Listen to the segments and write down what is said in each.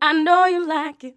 I know you like it。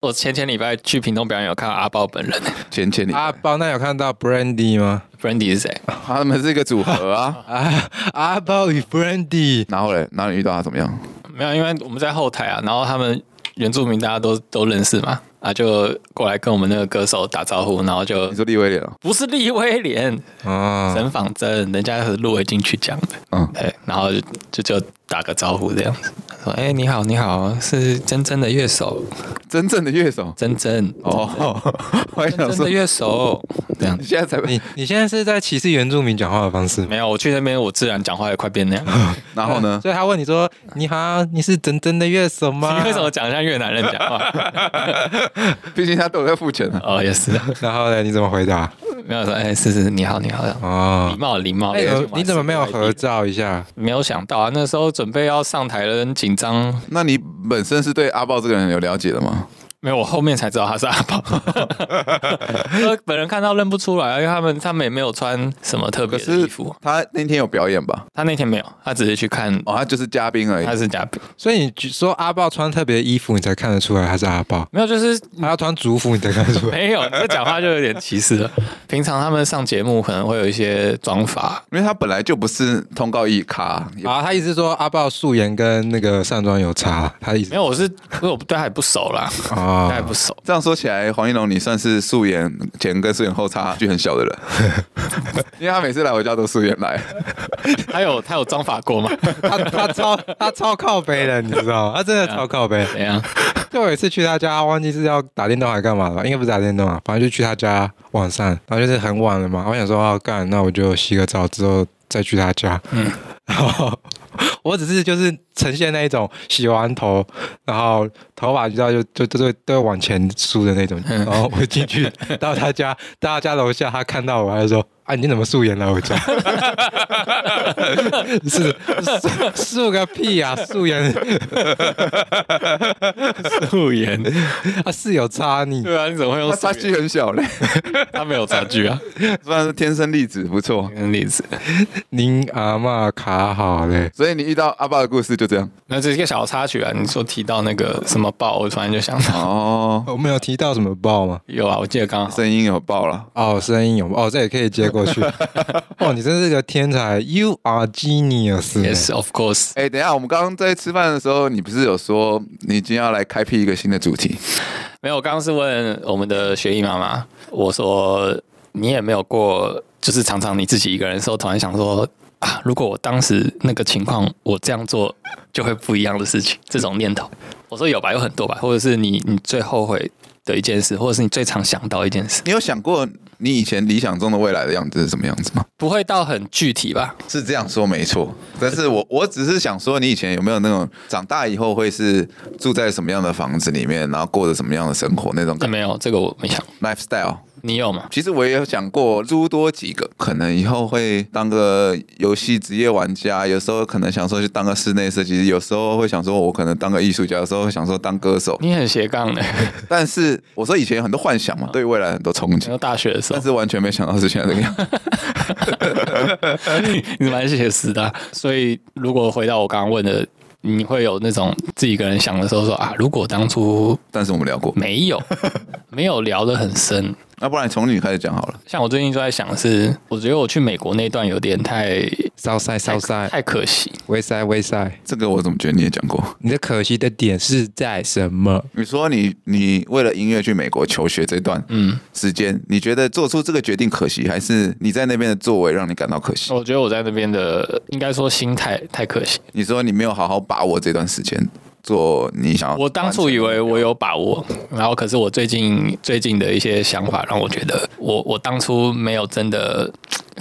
我前前礼拜去屏东表演，有看到阿豹本人前前你啊阿豹，那有看到 Brandy 吗？ ，Brandy 是谁？他们是一个组合啊。 啊，阿豹与 Brandy，然后嘞，然后你遇到他怎么样？没有，因为我们在后台啊，然后他们原住民大家都都认识嘛，啊，就过来跟我们那个歌手打招呼，然后就你说立威脸哦，不是立威廉，哦，沈仿真，人家是入围金曲奖的，嗯，对，然后就就就打个招呼这样子，说，哎、你好，你好，是真真的乐手，真正的乐手真真，哦， 我还真想真说的，乐手，这样你。现在才你你现在是在歧视原住民讲话的方式吗？没有，我去那边，我自然讲话也快变那样。 然后嗯呢？所以他问你说：“你好，你是真正的乐手吗？”你为什么？讲像越南人讲话？毕竟他都有在付钱啊。哦，也是，然后呢？你怎么回答？没有说，哎、是是，你好，你好，哦礼，貌礼貌。哎、有有你怎么没有合？照一下？没有想到啊，那时候准备要上台了，很紧张。那你本身是对阿豹这个人有了解的吗？没有，我后面才知道他是阿 宝。呃，本人看到认不出来啊，因为他们他们也没有穿什么特别可的衣是服。他那天有表演吧？他那天没有，他只是去看，哦，他就是嘉宾而已他。是假宾，所以你只说阿豹穿特别的衣服，你才看得出来他是阿豹；没有，就是他要穿族服，你才看得出来。没有。这讲话就有点歧视了。平常他们上节目可能会有一些妆法，因为他本来就不是通告一咖，也啊，他意思是说阿豹素颜跟那个上妆有差，他意思没有，我是因为我对他也不熟啦，啊 他也不熟。这样说起来，黄一龙你算是素颜前跟素颜后差距很小的 人，因为他每次来我家都素颜来。他有他有妆法过吗？他他超他超靠背的，你知道吗？他真的超靠背。怎 样？就有一次去他家，忘记是要打电动还是干嘛了吧，应该不是打电动啊，反正就去他家晚上，然后就是很晚了嘛，我想说啊，干，那我就洗个澡之后再去他家，嗯，然后我只是就是呈现那一种洗完头，然后头发你知道就就就就都会往前梳的那种，然后我进去到他家，到他家楼下，他看到我，他就说。啊！你怎么素颜来我家？ 是素素个屁呀、素颜素颜？啊是有差你。对啊，你怎么会用他素差颜？距 很小嘞，他没有差距 啊。算是天生丽质，不错。跟例子，您阿嬷卡好嘞，所以你遇到阿豹的故事就这 样那这是一个小插曲啊。你说提到那个什么豹，我突然就想到，哦，我没有提到什么爆吗？有啊，我记得刚好声音有爆了。哦，声音有哦，这也可以接过 去。哦，你真是个天才，You are genius 也呢。是 of course，哎、等一下，我们刚刚在吃饭的时候，你不是有说你今天要来开辟一个新的主题？没有。我刚刚是问我们的学艺妈妈，我说你也没有过，就是常常你自己一个人的时候，突然想说。啊！如果我当时那个情况，我这样做就会不一样的事情，这种念头，我说有吧，有很多吧，或者是你你最后悔的一件事，或者是你最常想到一件事，你有想过你以前理想中的未来的样子是什么样子吗？不会到很具体吧？是这样说没错，但是 我我只是想说，你以前有没有那种长大以后会是住在什么样的房子里面，然后过着什么样的生活那种那感没有，这个我没想。 lifestyle？你有吗？其实我也有想过诸多几个，可能以后会当个游戏职业玩家，有时候可能想说去当个室内设计师，有时候会想说我可能当个艺术家，有时候会想说当歌手。你很斜杠 的，但是我说以前有很多幻想嘛，对未来很多憧你憬，说大学的时候但，是完全没想到是现在这个样子。你蛮写实的啊、所以如果回到我刚刚问的，你会有那种自己一个人想的时候说啊，如果当初但是我们聊过，没 有没有聊得很深，那不然从你开始讲好了。像我最近就在想的是，我觉得我去美国那段有点太烧塞烧塞，太可惜。微塞微塞，这个我怎么觉得你也讲过？你的可惜的点是在什么？你说你你为了音乐去美国求学这段嗯，时间，你觉得做出这个决定可惜，还是你在那边的作为让你感到可惜？我觉得我在那边的应该说心态太可惜。你说你没有好好把握这段时间做你想要。我当初以为我有把握，然后可是我最近最近的一些想法让我觉得我，我当初没有真的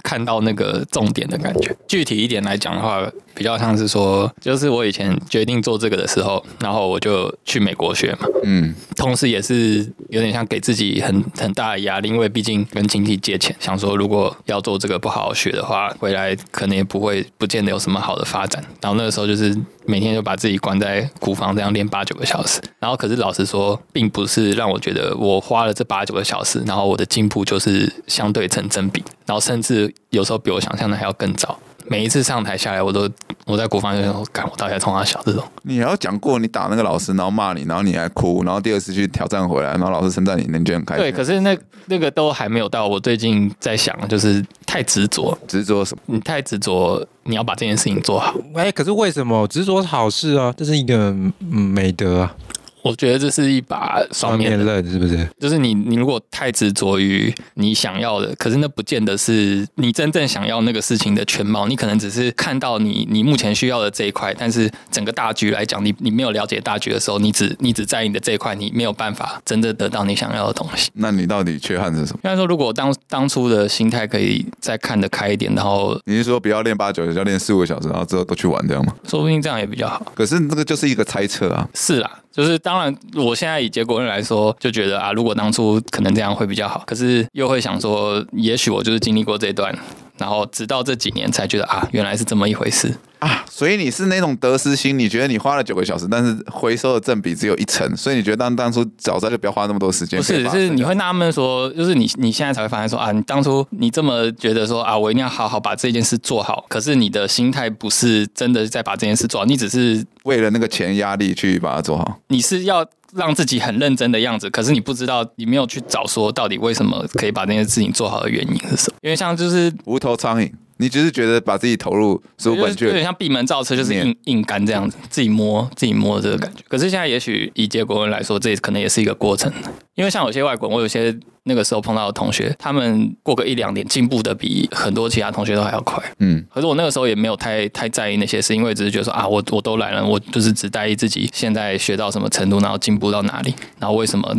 看到那个重点的感觉。具体一点来讲的话，比较像是说，就是我以前决定做这个的时候，然后我就去美国学嘛，嗯，同时也是有点像给自己很很大的压力，因为毕竟跟亲戚借钱，想说如果要做这个不好好学的话，回来可能也不会不见得有什么好的发展。然后那个时候就是每天就把自己关在厨房这样练八九个小时，然后可是老实说，并不是让我觉得我花了这八九个小时，然后我的进步就是相对成正比，然后甚至有时候比我想象的还要更早。每一次上台下来，我都我在国防就想说，看我到底在冲他小这种。你还要讲过你打那个老师，然后骂你，然后你还哭，然后第二次去挑战回来，然后老师称赞你，你就很开心。对，可是那那个都还没有到。我最近在想，就是太执着，执着什么？你太执着，你要把这件事情做好。哎，可是为什么执着是好事啊？这是一个嗯美德啊，我觉得这是一把双面面刃，刃是不是？就是你你如果太执着于你想要的，可是那不见得是你真正想要那个事情的全貌。你可能只是看到你你目前需要的这一块，但是整个大局来讲，你你没有了解大局的时候，你只你只在意你的这一块，你没有办法真正得到你想要的东西。那你到底缺憾是什么？应该说，如果当当初的心态可以再看得开一点，然后你是说不要练八九个小时，要练四五个小时，然后之后都去玩这样吗？说不定这样也比较好。可是这个就是一个猜测啊。是啦，就是当然，我现在以结果论来说，就觉得啊，如果当初可能这样会比较好，可是又会想说，也许我就是经历过这一段，然后直到这几年才觉得啊，原来是这么一回事。啊，所以你是那种得失心，你觉得你花了九个小时，但是回收的正比只有一成，所以你觉得当当初早知道就不要花那么多时间。不可以是，把是你会纳闷说，就是你你现在才会发现说啊，你当初你这么觉得说啊，我一定要好好把这件事做好，可是你的心态不是真的在把这件事做好，你只是为了那个钱压力去把它做好。你是要让自己很认真的样子，可是你不知道，你没有去找说到底为什么可以把这件事情做好的原因是什么。因为像就是无头苍蝇，你只是觉得把自己投入就书是本有去点像闭门造车，就是硬硬干这样子，自己摸自己摸这个感觉。可是现在也许以结果论来说，这可能也是一个过程，因为像有些外国人，我有些那个时候碰到的同学，他们过个一两年进步的比很多其他同学都还要快。嗯，可是我那个时候也没有太太在意那些事，因为只是觉得说啊，我我都来了，我就是只在意自己现在学到什么程度，然后进步到哪里，然后为什么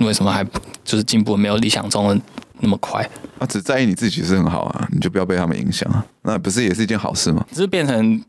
为什么还不就是进步没有理想中的那么快。啊，只在意你自己是很好啊，你就不要被他们影响啊，那不是也是一件好事吗？只是变成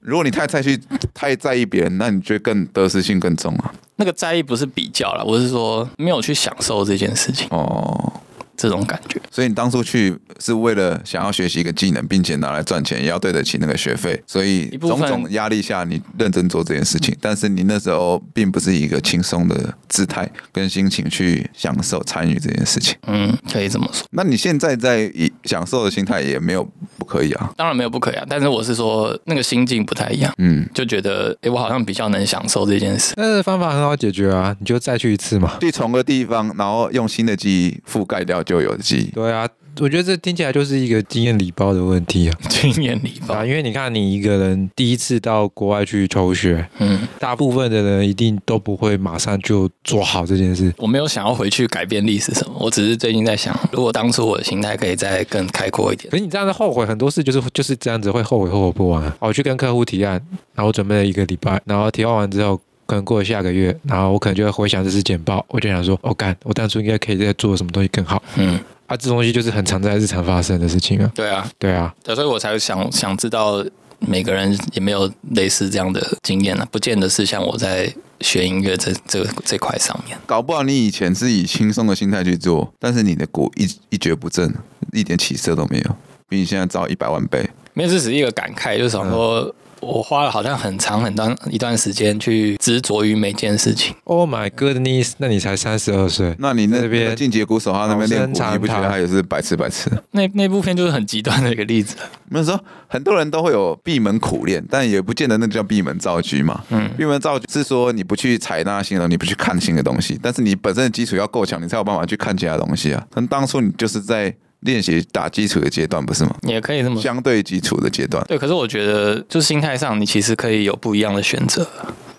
如果你太在意太在意别人，那你就会更得失心更重啊。那个在意不是比较啦，我是说没有去享受这件事情，哦，这种感觉。所以你当初去是为了想要学习一个技能，并且拿来赚钱，也要对得起那个学费。所以一部分种种压力下，你认真做这件事情，但是你那时候并不是以一个轻松的姿态跟心情去享受参与这件事情。嗯，可以这么说。那你现在在以享受的心态也没有不可以啊。当然没有不可以啊，但是我是说那个心境不太一样，嗯，就觉得诶、我好像比较能享受这件事。 但是方法很好解决啊，你就再去一次嘛。去同个地方，然后用新的记忆覆盖掉旧有的记忆。对啊，我觉得这听起来就是一个经验礼包的问题啊。经验里吧啊，，因为你看，你一个人第一次到国外去求学，嗯，大部分的人一定都不会马上就做好这件事。我没有想要回去改变历史什么，我只是最近在想，如果当初我的心态可以再更开阔一点，可是你这样子后悔很多事，就是就是这样子会后悔后悔不完、啊。我去跟客户提案，然后我准备了一个礼拜，然后提案完之后。可能过了下个月，然后我可能就会回想这次简报，我就想说，我、干，我当初应该可以再做什么东西更好嗯，啊！这东西就是很常在日常发生的事情啊，对啊，对啊，对，所以我才想想知道每个人也没有类似这样的经验啊，不见得是像我在学音乐这这这块上面。搞不好你以前是以轻松的心态去做，但是你的股一一蹶不振，一点起色都没有，比你现在糟一百万倍。没有，这只是一个感慨，就是想说，我花了好像很长很长一段时间去执着于每件事情。 Oh my goodness！那你才三十二岁，那你那这边进阶鼓手他那边练鼓，老生常谈你不觉得他也是白痴白痴？那那部片就是很极端的一个例子。没有说很多人都会有闭门苦练，但也不见得那叫闭门造车嘛。嗯，闭门造车是说你不去采纳新的东西，你不去看新的东西，但是你本身的基础要够强，你才有办法去看其他东西啊。但当初你就是在练习打基础的阶段，不是吗？也可以这么说。相对基础的阶段。对，可是我觉得，就心态上，你其实可以有不一样的选择，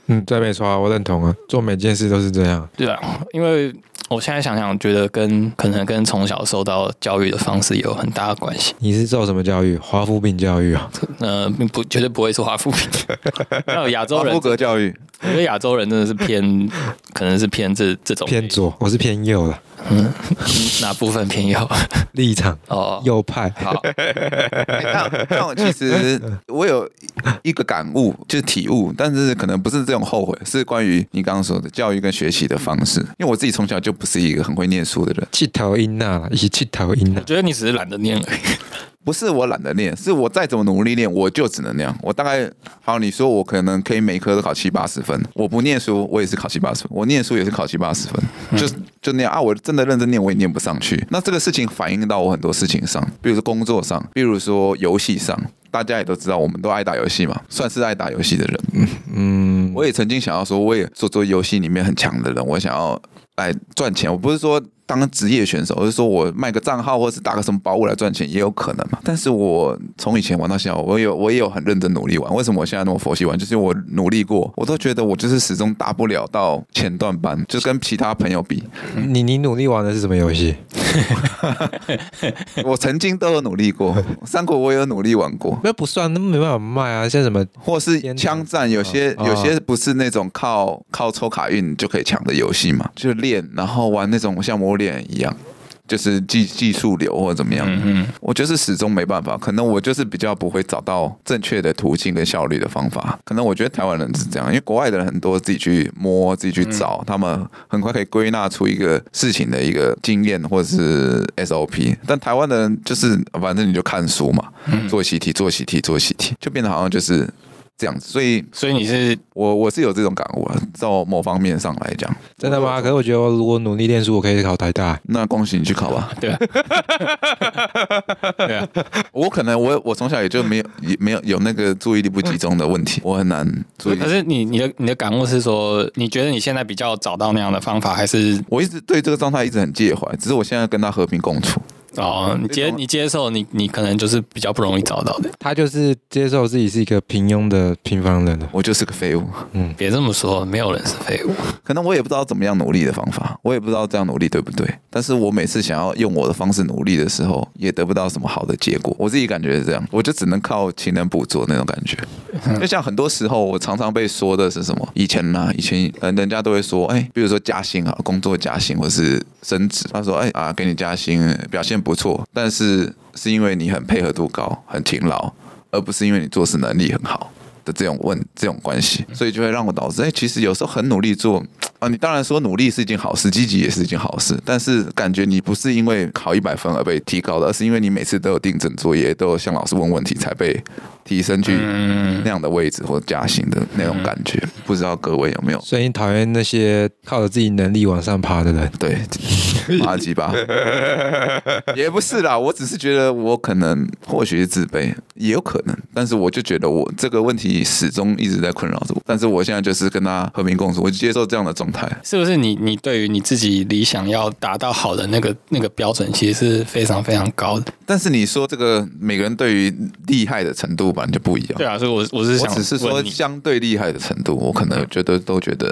嗯，对，没错啊，我认同啊，做每件事都是这样。对啊，因为我现在想想，觉得跟可能跟从小受到教育的方式有很大的关系。你是受什么教育？华夫病教育啊？呃，并不绝对不会是华夫 饼，还有亚洲人，不我格教育，觉得亚洲人真的是偏，可能是偏这这种偏左，我是偏右了，哪部分偏右立场哦。右派。 好，欸但但我其实我有一个感悟，就是体悟，但是可能不是这种后悔，是关于你刚刚说的教育跟学习的方式。因为我自己从小就不是一个很会念书的人，气头音呐、啦，一起气头音呐、我觉得你只是懒得念而已。不是我懒得念，是我再怎么努力念，我就只能那样。我大概好，你说我可能可以每科都考七八十分，我不念书我也是考七八十分，我念书也是考七八十分，就就那样啊。我真的认真念我也念不上去，那这个事情反映到我很多事情上，比如说工作上，比如说游戏上。大家也都知道，我们都爱打游戏嘛，算是爱打游戏的人。嗯，我也曾经想要说，我也做做游戏里面很强的人，我想要来赚钱。我不是说当职业选手，而是说我卖个账号或是打个什么宝物来赚钱也有可能嘛。但是我从以前玩到现在，我有我也有很认真努力玩。为什么我现在那么佛系玩？就是因为我努力过，我都觉得我就是始终达不了到前段班，就跟其他朋友比，你你努力玩的是什么游戏？我曾经都有努力过， 三国我也有努力玩过。那不算，那没办法卖啊。现在什么？或是天哪枪战，有些哦有些不是那种靠靠抽卡运就可以抢的游戏嘛，就练，然后玩那种像摸练一样，就是技技术流或者怎么样。嗯我就是始终没办法，可能我就是比较不会找到正确的途径跟效率的方法。可能我觉得台湾人是这样，因为国外的人很多自己去摸、自己去找，他们很快可以归纳出一个事情的一个经验或者是 SOP。但台湾的人就是反正你就看书嘛，做习题、做习题、做习题，就变得好像就是。这样子，所以所以你是我我是有这种感悟啊。照某方面上来讲，真的吗？可是嗯我觉得，如果努力练书，我可以考台大。那恭喜你去考吧。 对啊，对啊，我可能我我从小也就没有也没有有那个注意力不集中的问题，我很难注意力可是你你的你的感悟是说，你觉得你现在比较找到那样的方法，还是我一直对这个状态一直很介怀，只是我现在跟他和平共处。哦，你接你接受你你可能就是比较不容易找到的。他就是接受自己是一个平庸的平凡人了。我就是个废物，嗯别这么说，没有人是废物。可能我也不知道怎么样努力的方法，我也不知道这样努力对不对。但是我每次想要用我的方式努力的时候，也得不到什么好的结果。我自己感觉是这样，我就只能靠勤能补拙那种感觉。就像很多时候，我常常被说的是什么？以前呢、以前呃，人家都会说，哎、比如说加薪啊，工作加薪或是升职，他说，哎、啊，给你加薪，表现不错，但是是因为你很配合度高，很勤劳，而不是因为你做事能力很好。的这种问这种关系，所以就会让我导致，哎、其实有时候很努力做啊，你当然说努力是一件好事，积极也是一件好事，但是感觉你不是因为考一百分而被提高的，而是因为你每次都有订正作业，都有向老师问问题才被提升去那样的位置或加薪的那种感觉。不知道各位有没有？所以你讨厌那些靠着自己能力往上爬的人。 对，麻吉吧，也不是啦，我只是觉得我可能或许是自卑，也有可能，但是我就觉得我这个问题始终一直在困扰着我，但是我现在就是跟他和平共处，我就接受这样的状态。是不是你你对于你自己理想要达到好的那个那个标准，其实是非常非常高的。但是你说这个每个人对于厉害的程度本来就不一样，对啊，所以我我是我想，只是说相对厉害的程度，我可能觉得都觉得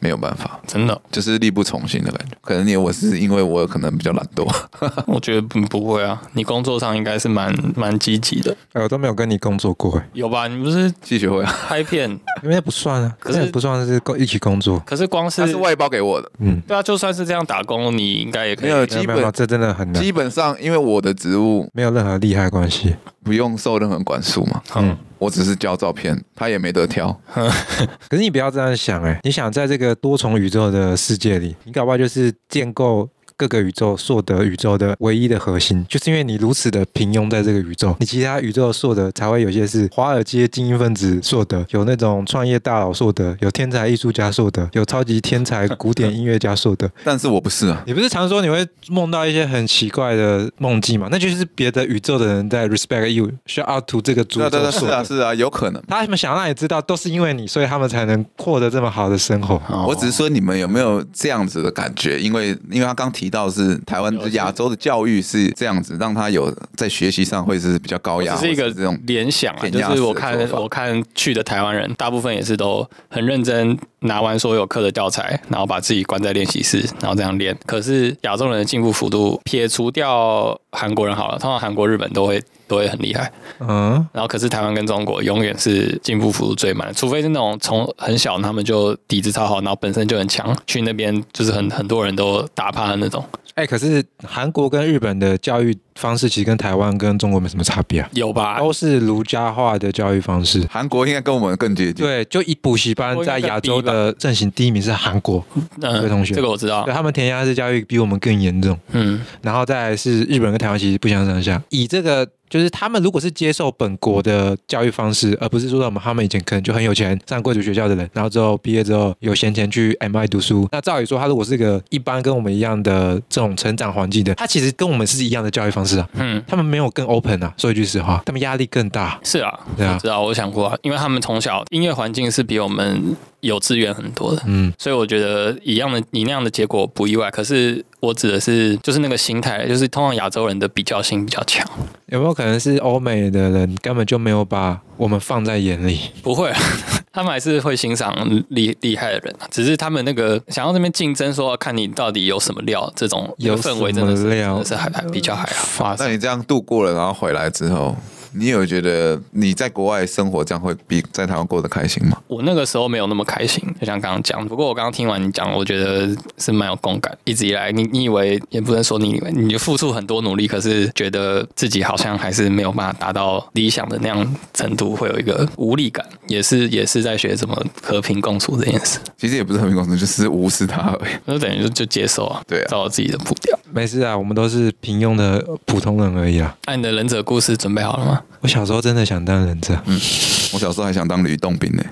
没有办法。真的， 就是力不从心的感觉，可能你我是因为我可能比较懒惰， 我觉得不不会啊。你工作上应该是蛮蛮积极的，哎，我都没有跟你工作过， 哎，有吧？你不是继续会啊，拍片，因为那不算啊，可是那也不算是工一起工作。可是光是他是外包给我的，嗯，对啊，就算是这样打工，你应该也可没以。有没有基没有，本这真的很啊难，基本上，因为我的职务没有任何利害关系。不用受任何管束嘛，嗯，我只是交照片，他也没得挑。可是你不要这样想哎、你想在这个多重宇宙的世界里，你搞不好就是建构各个宇宙、硕德宇宙的唯一的核心，就是因为你如此的平庸在这个宇宙，你其他宇宙的硕德才会有些是华尔街精英分子硕德，有那种创业大佬硕德，有天才艺术家硕德，有超级天才古典音乐家硕德。但是我不是啊，你不是常说你会梦到一些很奇怪的梦境吗？那就是别的宇宙的人在 respect you shout out to 这个对诅啊对咒啊硕是德。啊是啊，有可能。他们想让你知道，都是因为你，所以他们才能获得这么好的生活。哦我只是说你们有没有这样子的感觉？因为因为他刚提到是台湾有是亚洲的教育是这样子，让他有在学习上会是比较高我压，哦只是一或个者这种联想啊，填就鸭式是我的看做法我看去的台湾人，大部分也是都很认真拿完所有课的教材，然后把自己关在练习室，然后这样练。可是亚洲人的进步幅度，撇除掉韩国人好了，通常韩国、日本都会都会很厉害。嗯，然后可是台湾跟中国永远是进步幅度最慢，除非是那种从很小他们就底子超好，然后本身就很强，去那边就是很很多人都打趴的那种。哎、可是韩国跟日本的教育方式其实跟台湾跟中国没什么差别啊，有吧？都是儒家化的教育方式。韩国应该跟我们更接近。对，就以补习班在亚洲的阵型第一名是韩国，嗯，位同学这个我知道对。他们填鸭式教育比我们更严重。嗯，然后再来是日本跟台湾其实不相上下。以这个就是他们如果是接受本国的教育方式，而不是说我们他们以前可能就很有钱上贵族学校的人，然后之后毕业之后有闲钱去 MI 读书。那照理说，他如果是一个一般跟我们一样的这种成长环境的，他其实跟我们是一样的教育方式啊，嗯，他们没有更 open 啊。说一句实话，他们压力更大。是啊，对啊我知道，我想过啊，因为他们从小音乐环境是比我们有资源很多的，嗯，所以我觉得一样的你那样的结果不意外。可是我指的是，就是那个心态，就是通常亚洲人的比较心比较强。有没有可能是欧美的人根本就没有把我们放在眼里？不会、啊， 他们还是会欣赏厉厉害的人、啊，只是他们那个想要这边竞争说看你到底有什么料，这种有氛围真的什是么真料的是还还比较还好。那你这样度过了，然后回来之后，你有觉得你在国外生活这样会比在台湾过得开心吗？我那个时候没有那么开心，就像刚刚讲。不过我刚刚听完你讲，我觉得是蛮有共感。一直以来，你你以为也不能说你以为，你就付出很多努力，可是觉得自己好像还是没有办法达到理想的那样程度，会有一个无力感。也是也是在学怎么和平共处这件 事，其实也不是和平共处，就是无视他而已。就等于就就接受啊，对啊照我自己的步调。没事啊，我们都是平庸的普通人而已啊。那、你的忍者故事准备好了吗？我小时候真的想当忍者，我小时候还想当吕洞宾呢、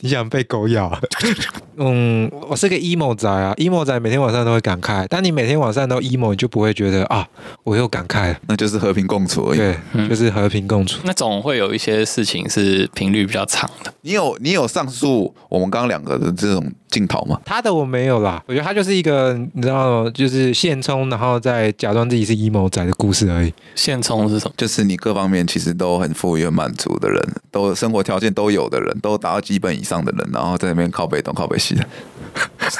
你想被狗咬、啊？ 嗯，我是个 emo 仔啊，emo 仔每天晚上都会感慨，但你每天晚上都 emo，你就不会觉得啊，我又感慨了。那就是和平共处而已。对，就是和平共处。那总会有一些事情是频率比较长的，你有你有上述我们刚刚两个的这种镜头吗？他的我没有啦，我觉得他就是一个你知道，就是现充，然后再假装自己是 emo 仔的故事而已。现充是什 ，么？就是你各方面其实都很富裕、很满足的人，都生活条件都有的人，都达到基本以上的人，然后在那边靠北东靠北西的。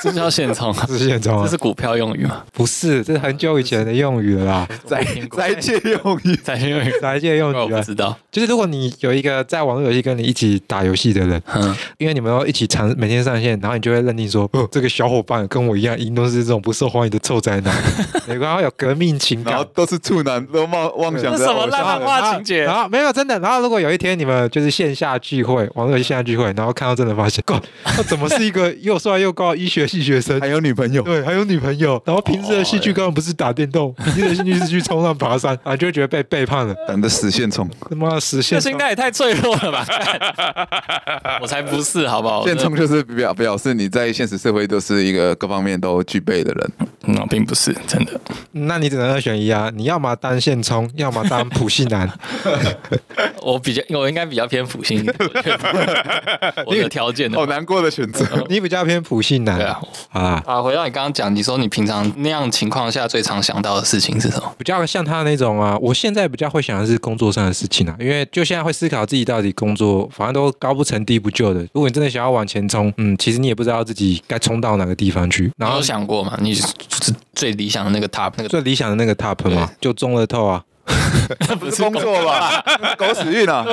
这叫现充啊是现充这啊是？股票用语吗？不是，这是很久以前的用语了啦，再听过再借用 语，在用语，哪一届用我语不啊？知道。就是如果你有一个在网络游戏跟你一起打游戏的人，嗯，因为你们要一起长每天上线，然后你就会认定说，哦，这个小伙伴跟我一样，一定都是这种不受欢迎的 臭宅男，你刚好有革命情然后感。都是处男，都妄妄想这着什么偶像浪漫化情节然？后没有真的，然后如果有一天你们就是线下聚会，网络游戏线下聚会，然后看到真的发现，God，他怎么是一个又帅又高的医学系学生 还？有女朋友，哦对，还有女朋友，然后平时的兴哎趣根本不是打电动，平时的兴趣是去冲浪、爬山，啊，就会觉得被背叛了。男的死线虫，他妈的实这现心态也太脆弱了吧！ 干我才不是，好不好？线虫就是表表示你在现实社会都是一个各方面都具备的人。嗯，我并不是真的。那你只能二选一啊！你要么当现充，要么当普信男。 我比较，我应该比较偏普信 一点，我觉得我的条件呢好？哦难过的选择。你比较偏普信男对啊。啊，啊，回到你刚刚讲，你说你平常那样情况下最常想到的事情是什么？比较像他那种啊。我现在比较会想的是工作上的事情啊，因为就现在会思考自己到底工作，反正都高不成低不就的。如果你真的想要往前冲，嗯，其实你也不知道自己该冲到哪个地方去。然你后有想过吗？你就是最理想的那个 top 那个最理想的那个 top 嘛，就中了透啊。嗯那不是工作吧？ 那是狗屎运啊！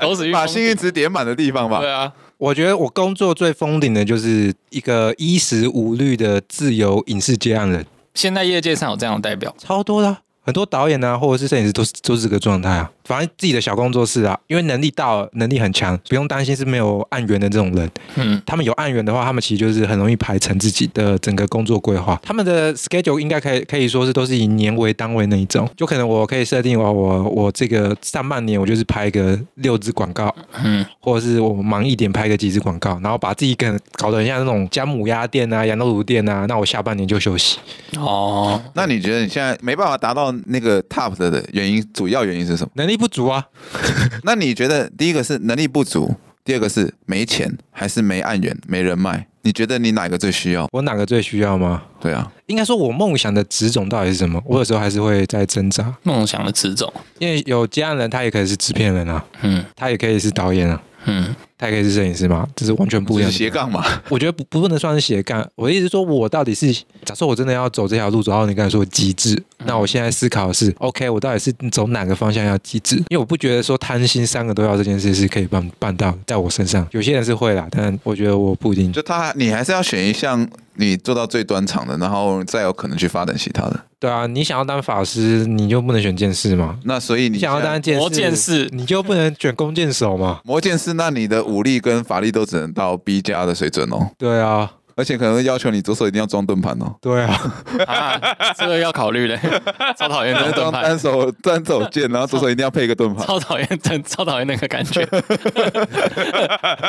狗屎运把风幸运值点满的地方吧对。啊，我觉得我工作最封顶的就是一个衣食无虑的自由影视接案人，现在业界上有这样的代表，超多的啊、很多导演啊，或者是摄影师都是都是这个状态啊。反正自己的小工作室啊，因为能力到了，能力很强，不用担心是没有案源的这种人。嗯，他们有案源的话，他们其实就是很容易排成自己的整个工作规划。他们的 schedule 应该可以可以说是都是以年为单位那一种，就可能我可以设定我我我这个上半年我就是拍个六支广告，嗯，或者是我忙一点拍个几支广告，然后把自己跟搞得很像那种姜母鸭店啊、羊肉炉店啊，那我下半年就休息。哦，那你觉得你现在没办法达到那个 top 的原因，主要原因是什么？能力不足啊，那你觉得第一个是能力不足，第二个是没钱，还是没案源、没人脉？你觉得你哪个最需要？我哪个最需要吗？对啊，应该说，我梦想的职种到底是什么？我有时候还是会在挣扎，梦想的职种，因为有接案人，他也可以是制片人啊，嗯他也可以是导演啊，嗯，他也可以是摄影师嘛，这是完全不不一样是的。斜杠嘛？ 我觉得不不能算是斜杠。我的意思是说，我到底是假设我真的要走这条路，走到你刚才说的极致，嗯那我现在思考的是，OK，我到底是走哪个方向要极致？因为我不觉得说贪心三个都要这件事是可以办办到的，在我身上，有些人是会啦，但我觉得我不一定。就他，你还是要选一项你做到最端场的，然后再有可能去发展其他的。对啊，你想要当法师，你就不能选剑士嘛？那所以你你想要现在当剑士，魔剑士你就不能卷 弓箭手嘛？魔剑士，那你的武力跟法力都只能到 B 加的水准哦。对啊，而且可能要求你左手一定要装盾盘哦，对啊， 啊，这个要考虑嘞，超讨厌这种盾装牌 单，手单手剑，然后左手一定要配一个盾牌。超讨厌真超讨厌那个感 觉，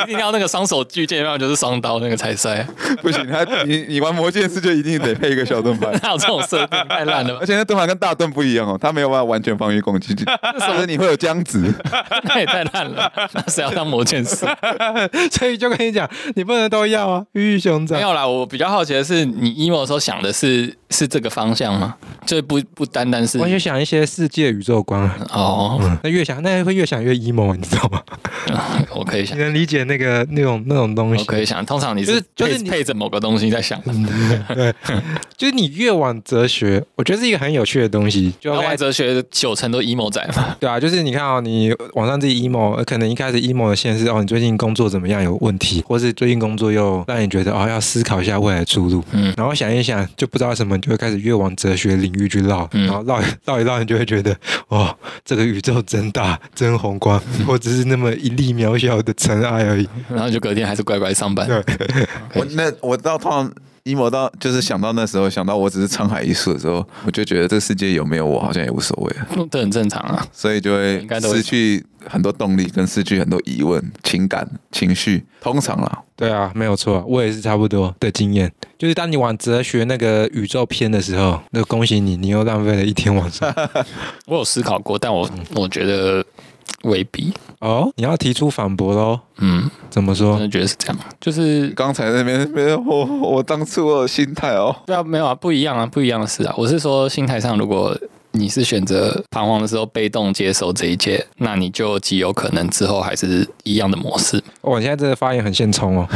一定要那个双手巨剑，要么就是双刀那个才 帅，不行，他你你玩魔剑士就一定得配一个小盾牌，哪有这种设定？太烂了吧 而！且那盾牌跟大盾不一样哦，它没有办法完全防御攻 击，所以你会有僵直。那也太烂了，那谁要当魔剑 士？所以就跟你讲，你不能都要啊，鱼与熊没掌。有啦，我比较好奇的是，你 emo 的时候想的是是这个方向吗？就不不单单是我就想一些世界宇宙观啊，哦，那越想那会越想越 emo，你知 道吗？我可以想你，能理解那个那种那种东我 西，可以想。通常你就是是就是配你配着某个东西在想，就是你越往哲学，我觉得是一个很有趣的东西。就然后玩开始哲学九成都 emo 仔嘛，对啊，就是你看哦，你网上自己 emo，呃可能一开始 emo 的线是哦，你最近工作怎么样有问题，或是最近工作又让你觉得哦要思考一下未来的出路，嗯然后想一想就不知道什么，你就会开始越往哲学领域去绕，嗯然后绕一绕一绕，你就会觉得哦这个宇宙真大真宏观，我只是那么一粒渺小的尘埃而已。然后就隔天还是乖乖上班。对 我那我到通常 emo 到就是想到那时候，想到我只是沧海一粟的时候，我就觉得这世界有没有我好像也无所谓了，嗯 这很正常啊，所以就会应该都会失去很多动力，跟失去很多疑问、情感、情绪。通常啦，对啊，没有错，我也是差不多的经验。就是当你往哲学那个宇宙篇的时候，那恭喜你，你又浪费了一天晚 上。我有思考过，但我我觉得未必，哦，你要提出反驳喽？嗯，怎么真说？的觉得是这样，就是刚才那边没有我，我当初我的心态哦，对啊，没有啊，不一样啊，不一样的事啊。我是说，心态上，如果你是选择彷徨的时候被动接受这一切，那你就极有可能之后还是一样的模式。哇、哦你现在这个发言很现充哦。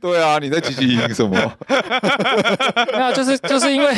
对啊，你在积极赢什么？没有，啊就是就是因为，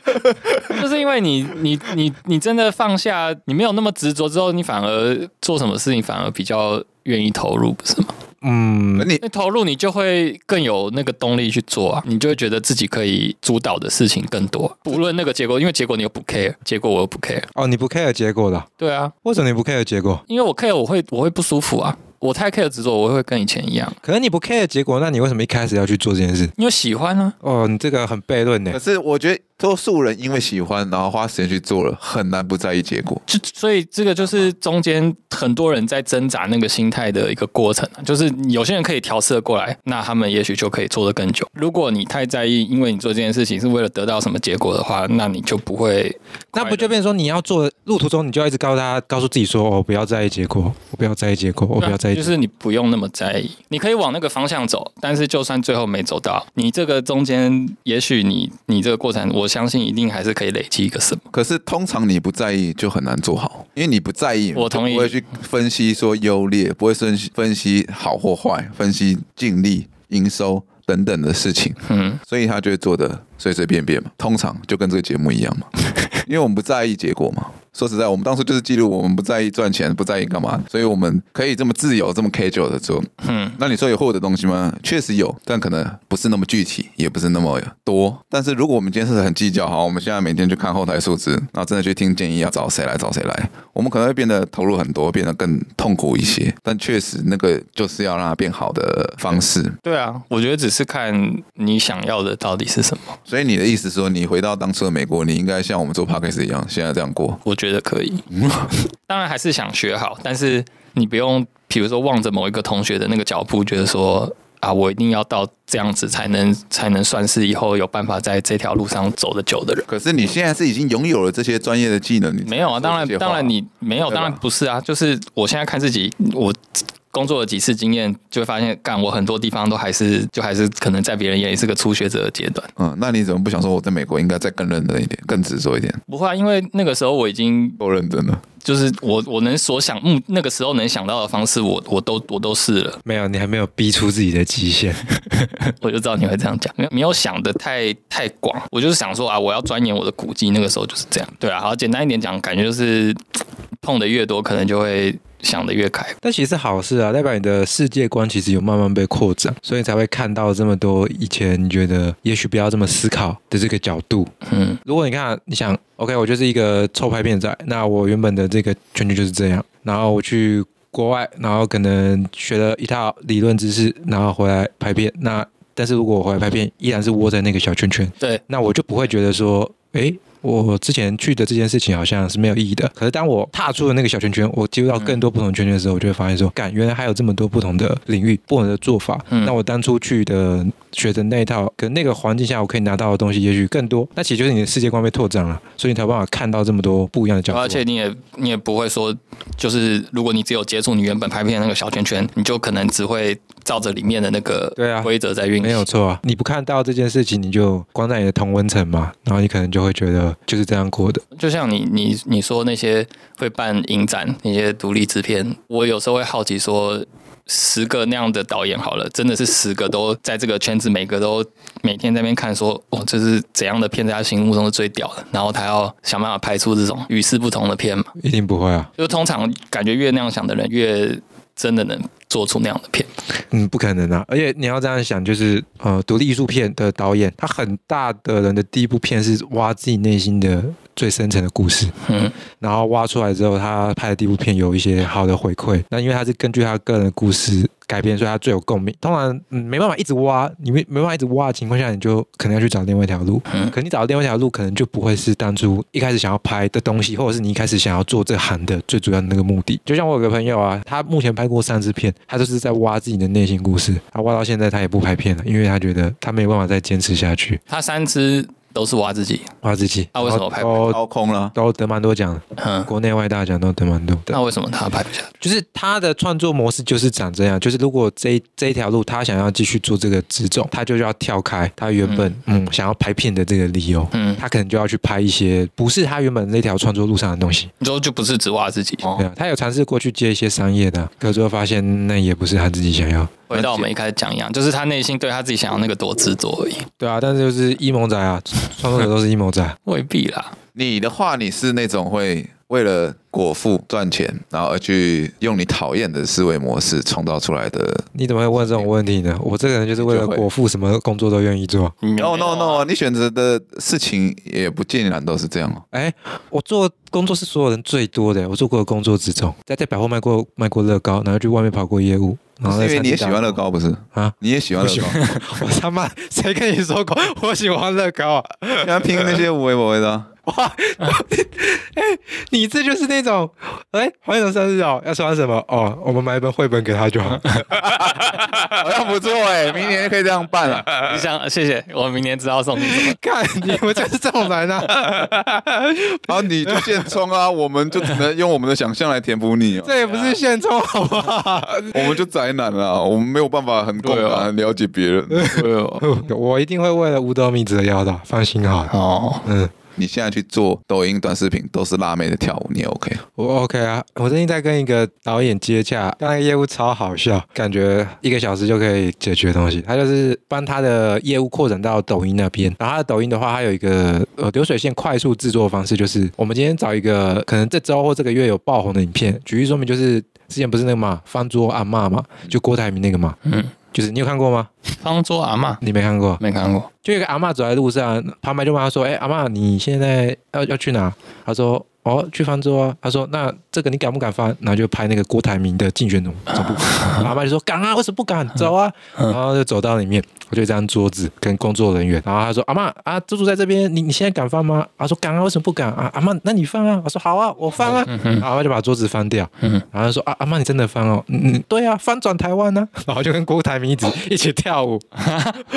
就是因为你你你你真的放下，你没有那么执着之后，你反而做什么事情反而比较愿意投入，不是吗？嗯，你那投入你就会更有那个动力去做啊，你就会觉得自己可以主导的事情更多，不论那个结果，因为结果你又不 care，结果我又不 care，哦，你不 care 结果的？对啊，为什么你不 care 结果？因为我 care 我会我会不舒服啊，我太 care 执着，我会跟以前一样，可是你不 care 结果，那你为什么一开始要去做这件事？因为喜欢啊，哦，你这个很悖论呢 呃可。是我觉得多数人因为喜欢，然后花时间去做了，很难不在意结果。就所以这个就是中间很多人在挣扎那个心态的一个过程啊，就是有些人可以调试的过来，那他们也许就可以做得更久。如果你太在意，因为你做这件事情是为了得到什么结果的话，那你就不会快乐，那不就变成说你要做的路途中，你就要一直告诉他，告诉自己说，哦，不要在意结果，我不要在意结果，我不要在意啊就结果。是你不用那么在意，你可以往那个方向走，但是就算最后没走到，你这个中间，也许你你这个过程，我相信一定还是可以累积一个什么。可是通常你不在意就很难做好，因为你不在意，我同意就不会去分析说优劣，不会分析分析好或坏，分析净利、营收等等的事情，嗯，所以他就会做的随随便便嘛。通常就跟这个节目一样 嘛，因为我们不在意结果嘛。说实在，我们当初就是记录，我们不在意赚钱，不在意干嘛，所以我们可以这么自由、这么 casual 的做。嗯，那你说有获得东西吗？确实有，但可能不是那么具体，也不是那么多。但是如果我们今天是很计较，好，我们现在每天去看后台数字，然后真的去听建议，要找谁来找谁来，我们可能会变得投入很多，变得更痛苦一些。但确实，那个就是要让它变好的方式。对啊，我觉得只是看你想要的到底是什么，所以你的意思是说，你回到当初的美国，你应该像我们做 podcast 一样，现在这样过。我觉得可 以。当然还是想学好，但是你不用，比如说望着某一个同学的那个脚步，觉得说啊，我一定要到这样子才能才能算是以后有办法在这条路上走得久的人。可是你现在是已经拥有了这些专业的技能，你没有啊，才当说这然些话当然你没有，对吧当然不是啊。就是我现在看自己，我工作了几次经验，就会发现，干我很多地方都还是就还是可能在别人眼里是个初学者的阶段。嗯，那你怎么不想说我在美国应该再更认真一点，更执着一点，不会、啊，因为那个时候我已经够认 真了？就是我我能所想，嗯，那个时候能想到的方式我，我都我都试了， 没有，你还没有逼出自己的极限。 我就知道你会这样讲，没有没有想的太太广，我就是想说啊，我要钻研我的古迹，那个时候就是这样。对啊，好，简单一点讲，感觉就是嗯碰的越多，可能就会想的越开。但其实是好事啊，代表你的世界观其实有慢慢被扩展，所以才会看到这么多以前你觉得也许不要这么思考的这个角度。嗯，如果你看，你想，OK，我就是一个臭拍片仔，那我原本的这个圈圈就是这样，然后我去国外，然后可能学了一套理论知识，然后回来拍片，那但是如果我回来拍片，依然是窝在那个小圈圈，对，那我就不会觉得说，诶，我之前去的这件事情好像是没有意义的。可是当我踏出了那个小圈圈，我接触到更多不同圈圈的时候，我就会发现说，干，原来还有这么多不同的领域、不同的做法。嗯那我当初去的学的那一套，可能那个环境下我可以拿到的东西也许更多。那其实就是你的世界观被拓展了，所以你才有办法看啊到这么多不一样的角度。啊而且你也你也不会说，就是如果你只有接触你原本拍片的那个小圈圈，你就可能只会照着里面的那个对啊规则在运行。没有错啊，你不看到这件事情，你就关在你的同温层嘛，然后你可能就会觉得就是这样过的。就像你你你说那些会办影展那些独立制片，我有时候会好奇说，十个那样的导演好了，真的是十个都在这个圈子，每个都每天在那边看说，哦，这是怎样的片在他心目中是最屌的，然后他要想办法拍出这种与世不同的片嘛。一定不会啊，就通常感觉越那样想的人，越真的能做出那样的片。嗯，不可能啊！而且你要这样想，就是呃，独立艺术片的导演，他很大的人的第一部片是挖自己内心的最深层的故事，嗯，然后挖出来之后，他拍的第一部片有一些好的回馈。那因为他是根据他个人的故事改编，所以他最有共鸣。当然，嗯，没办法一直挖，你没没办法一直挖的情况下，你就可能要去找另外一条路。嗯可你找到另外一条路，可能就不会是当初一开始想要拍的东西，或者是你一开始想要做这行的最主要的那个目的。就像我有个朋友啊，他目前拍过三支片，他都是在挖自己的内心故事。他挖到现在，他也不拍片了，因为他觉得他没有办法再坚持下去，他三支都是挖自己，挖自己。啊为什么拍不都掏空了。都得蛮多奖的，嗯，国内外大奖都得蛮多。那为什么他拍不下来？就是他的创作模式就是长这样，就是如果这一这一条路他想要继续做这个职种，他就要跳开他原本嗯想要拍片的这个理由，嗯，他可能就要去拍一些不是他原本那条创作路上的东西。你说就不是只挖自己。哦哦对啊，他有尝试过去接一些商业的，啊可最后发现那也不是他自己想要。回到我们一开始讲一样，就是他内心对他自己想要那个多执着而已，对啊，但是就是阴谋仔啊，创作者都是阴谋 仔。未必啦。你的话，你是那种会为了果腹赚钱，然后而去用你讨厌的思维模式创造出来的。你怎么会问这种问题呢？我这个人就是为了就会果腹，什么工作都愿意做。嗯 No no no，你选择的事情也不尽然都是这样哦。哎，我做工作是所有人最多的，我做过的工作之中，在在百货卖过卖过乐高，然后去外面跑过业务，然后是在因为餐你厅也喜打欢乐工。高不是啊？你也喜欢乐高，我他妈谁跟你说过我喜欢乐高啊？喜欢拼那些无为不为的啊。你这就是那种，哎，黄一龙生日哦，要穿什么？哦，我们买一本绘本给他就 好。好像不错哎，明年可以这样办啊了。 你想，呃谢谢，我明年知道送你什么。看你们就是这种人 啊，然后你就现充啊，我们就只能用我们的想象来填补你哦。这也不是现充好不好？我们就宅男啊，我们没有办法很共对啊感了解别人。对啊哦， 我一定会为了五斗米折腰的，放心好了。哦，嗯。你现在去做抖音短视频，都是辣妹的跳舞，你也 OK？我 OK 啊，我最近在跟一个导演接洽，他那个业务超好笑，感觉一个小时就可以解决的东西。他就是帮他的业务扩展到抖音那边，然后他的抖音的话，他有一个呃流水线快速制作的方式，就是我们今天找一个可能这周或这个月有爆红的影片，举例说明就是之前不是那个嘛翻桌阿嬷嘛，就郭台铭那个嘛，嗯，就是你有看过吗？方桌阿嬷你没看过？没看过，就有一个阿嬷走在路上，旁边就问他说：“哎、阿嬷，你现在要要去哪？”他说：“哦，去方舟啊。”他说：“那这个你敢不敢翻？”然后就拍那个郭台铭的竞选总总部。然后阿嬷就说：“敢啊，为什么不敢？走啊！”然后就走到里面，我就一张桌子跟工作人员。然后他说：“阿嬷啊，猪猪在这边，你你现在敢翻吗？”他说：“敢啊，为什么不敢啊？”阿嬷，那你翻啊！我说：“好啊，我翻啊！”然后阿嬷就把桌子翻掉。嗯然后就说啊，阿妈你真的翻哦，嗯，嗯对啊，翻转台湾呢、然后就跟郭台铭一直一起跳舞，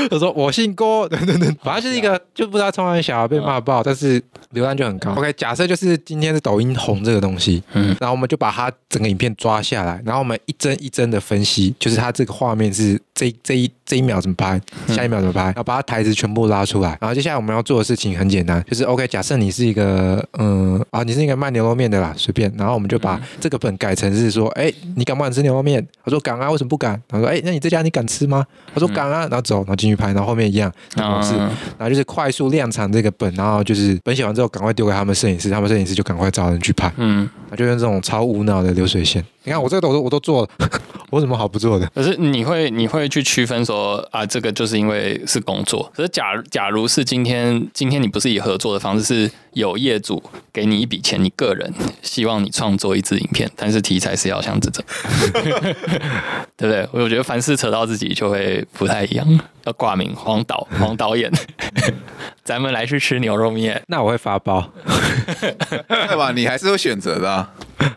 他说我姓郭，等等等，反正就是一个就不知道从哪小被骂爆，但是流量就很高。OK，假设就是今天是抖音红这个东西，嗯然后我们就把它整个影片抓下来，然后我们一帧一帧的分析，就是它这个画面是这这一这一秒怎么拍，下一秒怎么拍，然后把它台词全部拉出来。然后接下来我们要做的事情很简单，就是 OK，假设你是一个嗯啊，你是一个卖牛肉面的啦，随便，然后我们就把这个本改成是说，哎，你敢不敢吃牛肉面？他说敢啊，为什么不敢？他说哎，那你这家你敢吃吗？他说敢啊，然后走，然后进去拍，然后后面一样，模式，嗯然后就是快速量产这个本，然后就是本写完之后赶快丢给他们摄影师，他们摄影师就赶快找人去拍。嗯，就用这种超无脑的流水线。你看我这个都我都做了， 我有什么好不做的？可是你会你会去区分说啊，这个就是因为是工作。可是假如假如是今天今天你不是以合作的方式，是有业主给你一笔钱，你个人希望你创作一支影片，但是题材是要像这种， 对不对？我觉得凡事扯到自己就会不太一样，要挂名黄导黄导演，咱们来去吃牛肉面，那我会发包，对吧？你还是有选择的、啊。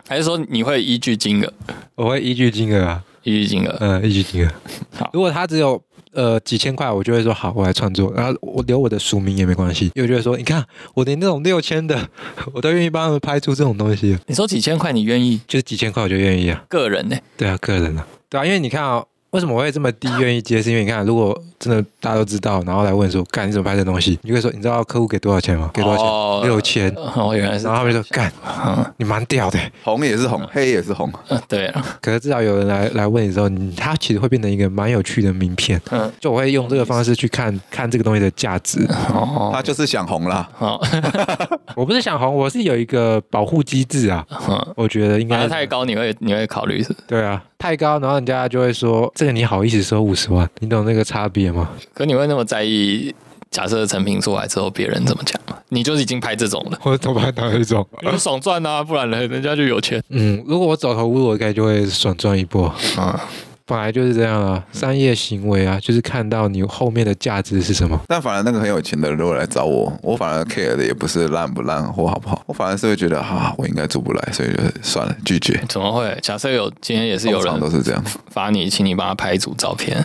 还是说你会依据金额？我会依据金额啊，依据金额，嗯，依据金额。好如果他只有呃几千块，我就会说好，我来创作，然后我留我的署名也没关系，因为我就会说，你看我连那种六千的， 我都愿意帮他们拍出这种东西，你说几千块，你愿意就是几千块我就愿意啊。个人呢、对啊，个人啊，对啊，因为你看啊、为什么我会这么低愿意接？是因为你看，如果真的大家都知道，然后来问说，干你怎么拍这东西？你就会说，你知道客户给多少钱吗？给多少哦钱？六千。哦，原来是然后他们就说，干嗯，你蛮屌的。红也是红，黑也是红。呃对啊，可是至少有人来来问你之后，你他其实会变成一个蛮有趣的名片。嗯，就我会用这个方式去看 看这个东西的价值。哦，他就是想红啦，好， 我不是想红，我是有一个保护机制啊。嗯，我觉得应反该正太高你会你会考虑是？对啊，太高，然后人家就会说这个你好意思收五十万，你懂那个差别吗？可你会那么在意？假设成品出来之后，别人怎么讲吗？你就是已经拍这种了，我头发打一种，你就爽赚啊，不然人人家就有钱。 嗯，如果我走投无路，我应该就会爽赚一波。嗯，啊本来就是这样啊，商业行为啊，就是看到你后面的价值是什么。但反而那个很有钱的人如果来找我，我反而 care 的也不是烂不烂或好不好，我反而是会觉得啊，我应该做不来，所以就算了，拒绝。怎么会？假设有今天也是有通常都人是这样。罚你，请你帮他拍一组照片，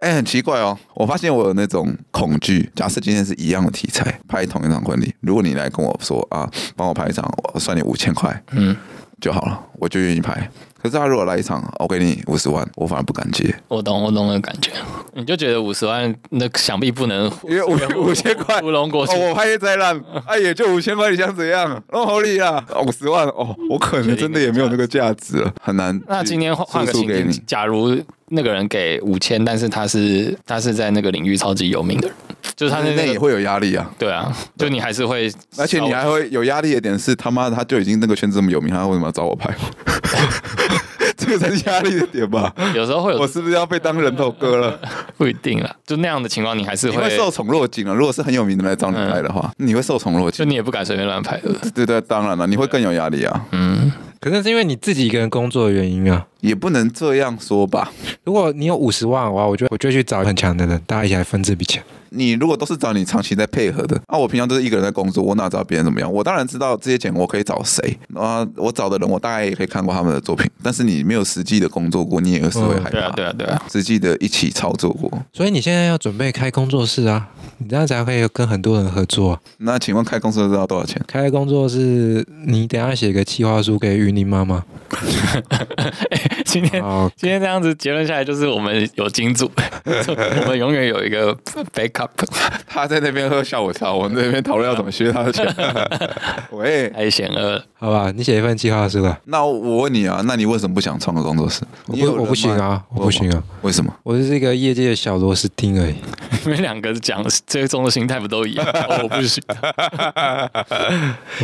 哎、很奇怪哦，我发现我有那种恐惧。假设今天是一样的题材，拍同一场婚礼，如果你来跟我说啊，帮我拍一场，我算你五千块嗯，就好了，我就愿意拍。可是他如果来一场，我给你五十万，我反而不敢接，我懂我懂那个感觉，你就觉得五十万那想必不能因 为五五千块乌龙过去，哦，我拍业再烂，哎，也就五千块，你想怎样？弄好利啊，五十万哦，我可能真的也没有那个价值了，很难去诉诸给你。那今天换换个情境，假如那个人给五千，但是他是他是在那个领域超级有名的人，就是他他是那那也个会有压力啊，对啊， 就你还是会，而且你还会有压力的点是，他妈的他就已经那个圈子这么有名，他为什么要找我拍？ 这个才是压力的点吧？有时候会我有是不是要被当人头哥 了？不一定啦，就那样的情况，你还是你会会，受宠若惊啊！如果是很有名的来找你拍的话，嗯你会受宠若就惊。你也不敢随便乱拍的，对对，当然了，你会更有压力啊！嗯，可能是因为你自己一个人工作的原因啊。也不能这样说吧。如果你有五十万的话，我就我就去找很强的人，大家一起来分这笔钱。你如果都是找你长期在配合的，啊，我平常都是一个人在工作，我哪知道别人怎么样？我当然知道这些钱我可以找谁啊，我找的人我大概也可以看过他们的作品，但是你没有实际的工作过，你也是会害对啊怕。，对啊，对啊，实际的一起操作过。所以你现在要准备开工作室啊，你这样才可以跟很多人合作、啊。那请问开公司都知道多少钱？开工作室，你等一下写个企划书给云林妈妈。 今天。哦，今天这样子结论下来，就是我们有金 主，我们永远有一个 backup。 他在那边喝下午茶，我们在那边讨论要怎么削他的钱。 喂，太险恶了，好吧，你写一份企划书吧。那我问你啊，那你为什么不想创个工作室？我你有人不，我不行脉！啊，我不行啊，为什么？我是这个业界的小螺丝钉而已。你们两个讲最终的心态不都一 样？哦我不行，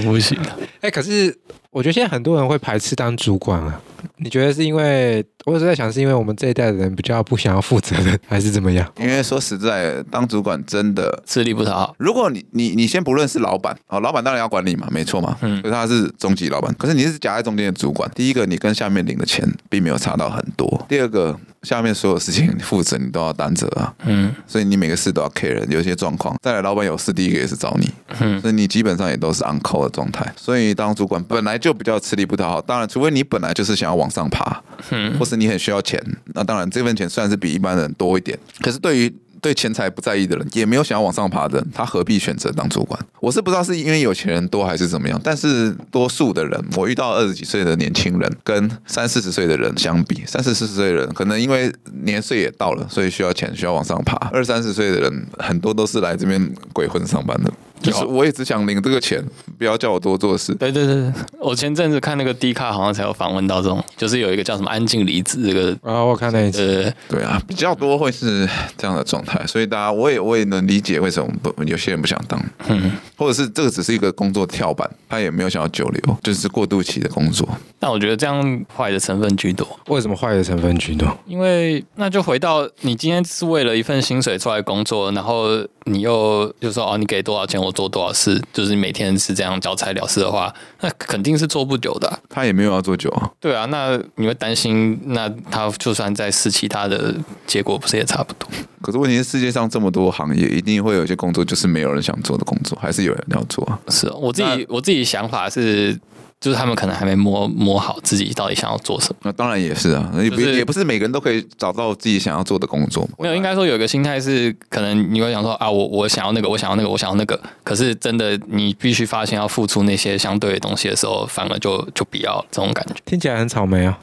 我不行。哎、可是我觉得现在很多人会排斥当主管啊。你觉得是因为？我是在想，是因为我们这一代的人比较不想要负责任，还是怎么样？因为说实在，当主管真的。吃力不讨好。如果你你你先不论是老板啊、哦，老板当然要管理嘛，没错嘛，嗯，可是他是中级老板，可是你是夹在中间的主管。第一个，你跟下面领的钱并没有差到很多；第二个，下面所有事情你负责你都要担责啊，嗯，所以你每个事都要 care，有一些状况，再来老板有事，第一个也是找你，嗯所以你基本上也都是 on call 的状态。所以当主管本来就比较吃力不讨好，当然，除非你本来就是想要往上爬，嗯或是你很需要钱，那当然这份钱虽然是比一般人多一点，可是对于对钱财不在意的人，也没有想要往上爬的人，他何必选择当主管？我是不知道是因为有钱人多还是怎么样，但是多数的人，我遇到二十几岁的年轻人跟三四十岁的人相比，三四十岁的人可能因为年岁也到了，所以需要钱，需要往上爬。二三十岁的人很多都是来这边鬼混上班的，就是我也只想领这个钱，不要叫我多做事。对对对，对我前阵子看那个 D 卡好像才有访问到这种，就是有一个叫什么安静离职这个。然后啊我看那一次，呃，对啊，比较多会是这样的状态，所以大家我也我也能理解为什么不有些人不想当。嗯，或者是这个只是一个工作跳板，他也没有想要久留，就是过渡期的工作。但我觉得这样坏的成分居多，为什么坏的成分居多？因为那就回到你今天是为了一份薪水出来工作，然后你又就说哦，你给多少钱我做多少事，就是每天是这样交差了事的话，那肯定是做不久的啊、他也没有要做久啊，对啊，那你会担心，那他就算再试其他的结果，不是也差不多？可是问题是世界上这么多行业，一定会有一些工作就是没有人想做的工作，还是有人要做啊。是哦我自己我自己想法是，就是他们可能还没摸摸好自己到底想要做什么。那当然也是啊，也不、就是也不是每个人都可以找到自己想要做的工作。没有，应该说有一个心态是，可能你会想说啊，我我想要那个，我想要那个，我想要那个。可是真的，你必须发现要付出那些相对的东西的时候，反而就就不要了这种感觉，听起来很草莓啊、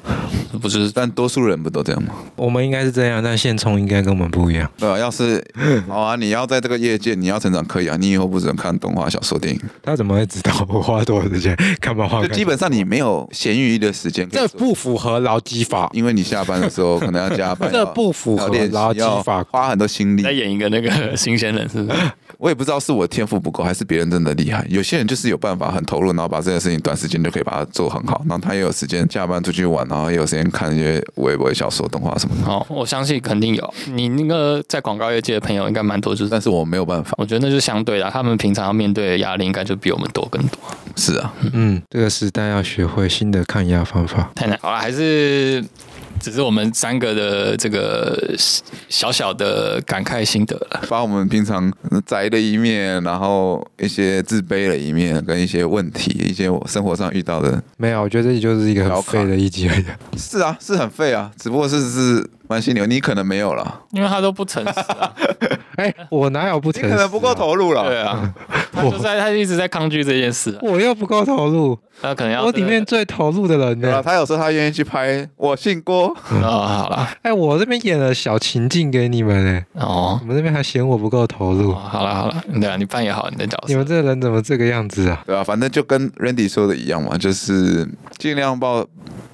不是？但多数人不都这样吗？我们应该是这样，但现充应该跟我们不一样。对啊，要 是好啊，你要在这个业界，你要成长可以啊，你以后不只能看动画、小说、电影，他怎么会知道我花多少时间看漫画就？基本上你没有闲余的时间可以这做。不符合劳基法，因为你下班的时候可能要加 班，这不符合要练习劳基要法花很多心力再。演一个那个新鲜人是不是？我也不知道是我天赋不够，还是别人真的厉害。有些人就是有办法很投入，然后把这件事情短时间就可以把它做很好，然后他也有时间下班出去玩，然后也有时间看一些微博、小说、动画什么的。 好，我相信肯定有。你那个在广告业界的朋友应该蛮多，就是但是我没有办法，我觉得那就相对的，他们平常要面对的压力应该就比我们多更多。是啊，嗯，这个时代要学会新的抗压方法。太难，好了，还是只是我们三个的这个小小的感慨心得了。把我们平常宅的一面，然后一些自卑的一面，跟一些问题，一些我生活上遇到的，没有，我觉得这就是一个很废的一集而已。是啊，是很废啊，只不过是是蛮犀牛，你可能没有了，因为他都不诚实、啊，哎，我哪有不你诚可实、能不够，投入了。对啊，他就在他一直在抗拒这件事、啊，我又不够投入，他可能要我里面最投入的人对啊，呢。他有说他愿意去拍《我姓郭》，啊、哦，好了，哎，我这边演了小情境给你们呢，哦你，们这边还嫌我不够投入哦，好了好了，对啊，你扮演好你的角你色，们这人怎么这个样子啊？对啊，反正就跟 Randy 说的一样嘛，就是尽量抱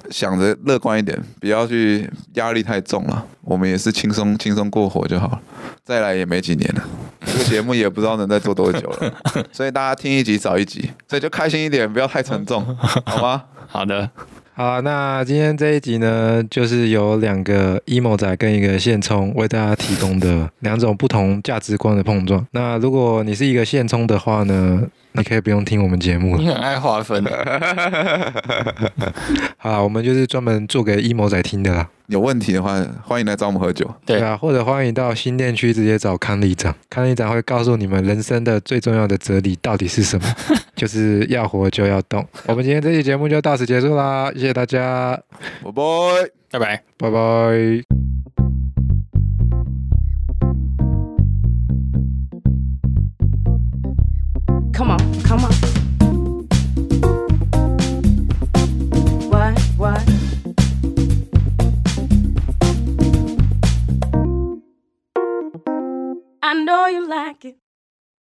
想着乐观一点，不要去压力太重了。我们也是轻松轻松过活就好了。再来也没几年了，这个节目也不知道能再做多久了，所以大家听一集少一集，所以就开心一点，不要太沉重，好吗？好的，好啊，那今天这一集呢，就是有两个 emo 仔跟一个现充为大家提供的两种不同价值观的碰撞。那如果你是一个现充的话呢，你可以不用听我们节目了。你很爱划分的， 好啦，我们就是专门做给 emo 仔听的啦。有问题的话，欢迎来找我们喝酒。对啊，或者欢迎到新店区直接找康里长，康里长会告诉你们人生的最重要的哲理到底是什么，就是要活就要动。我们今天这期节目就到此结束啦，谢谢大家，拜拜。拜拜。拜拜。 Come on, come on.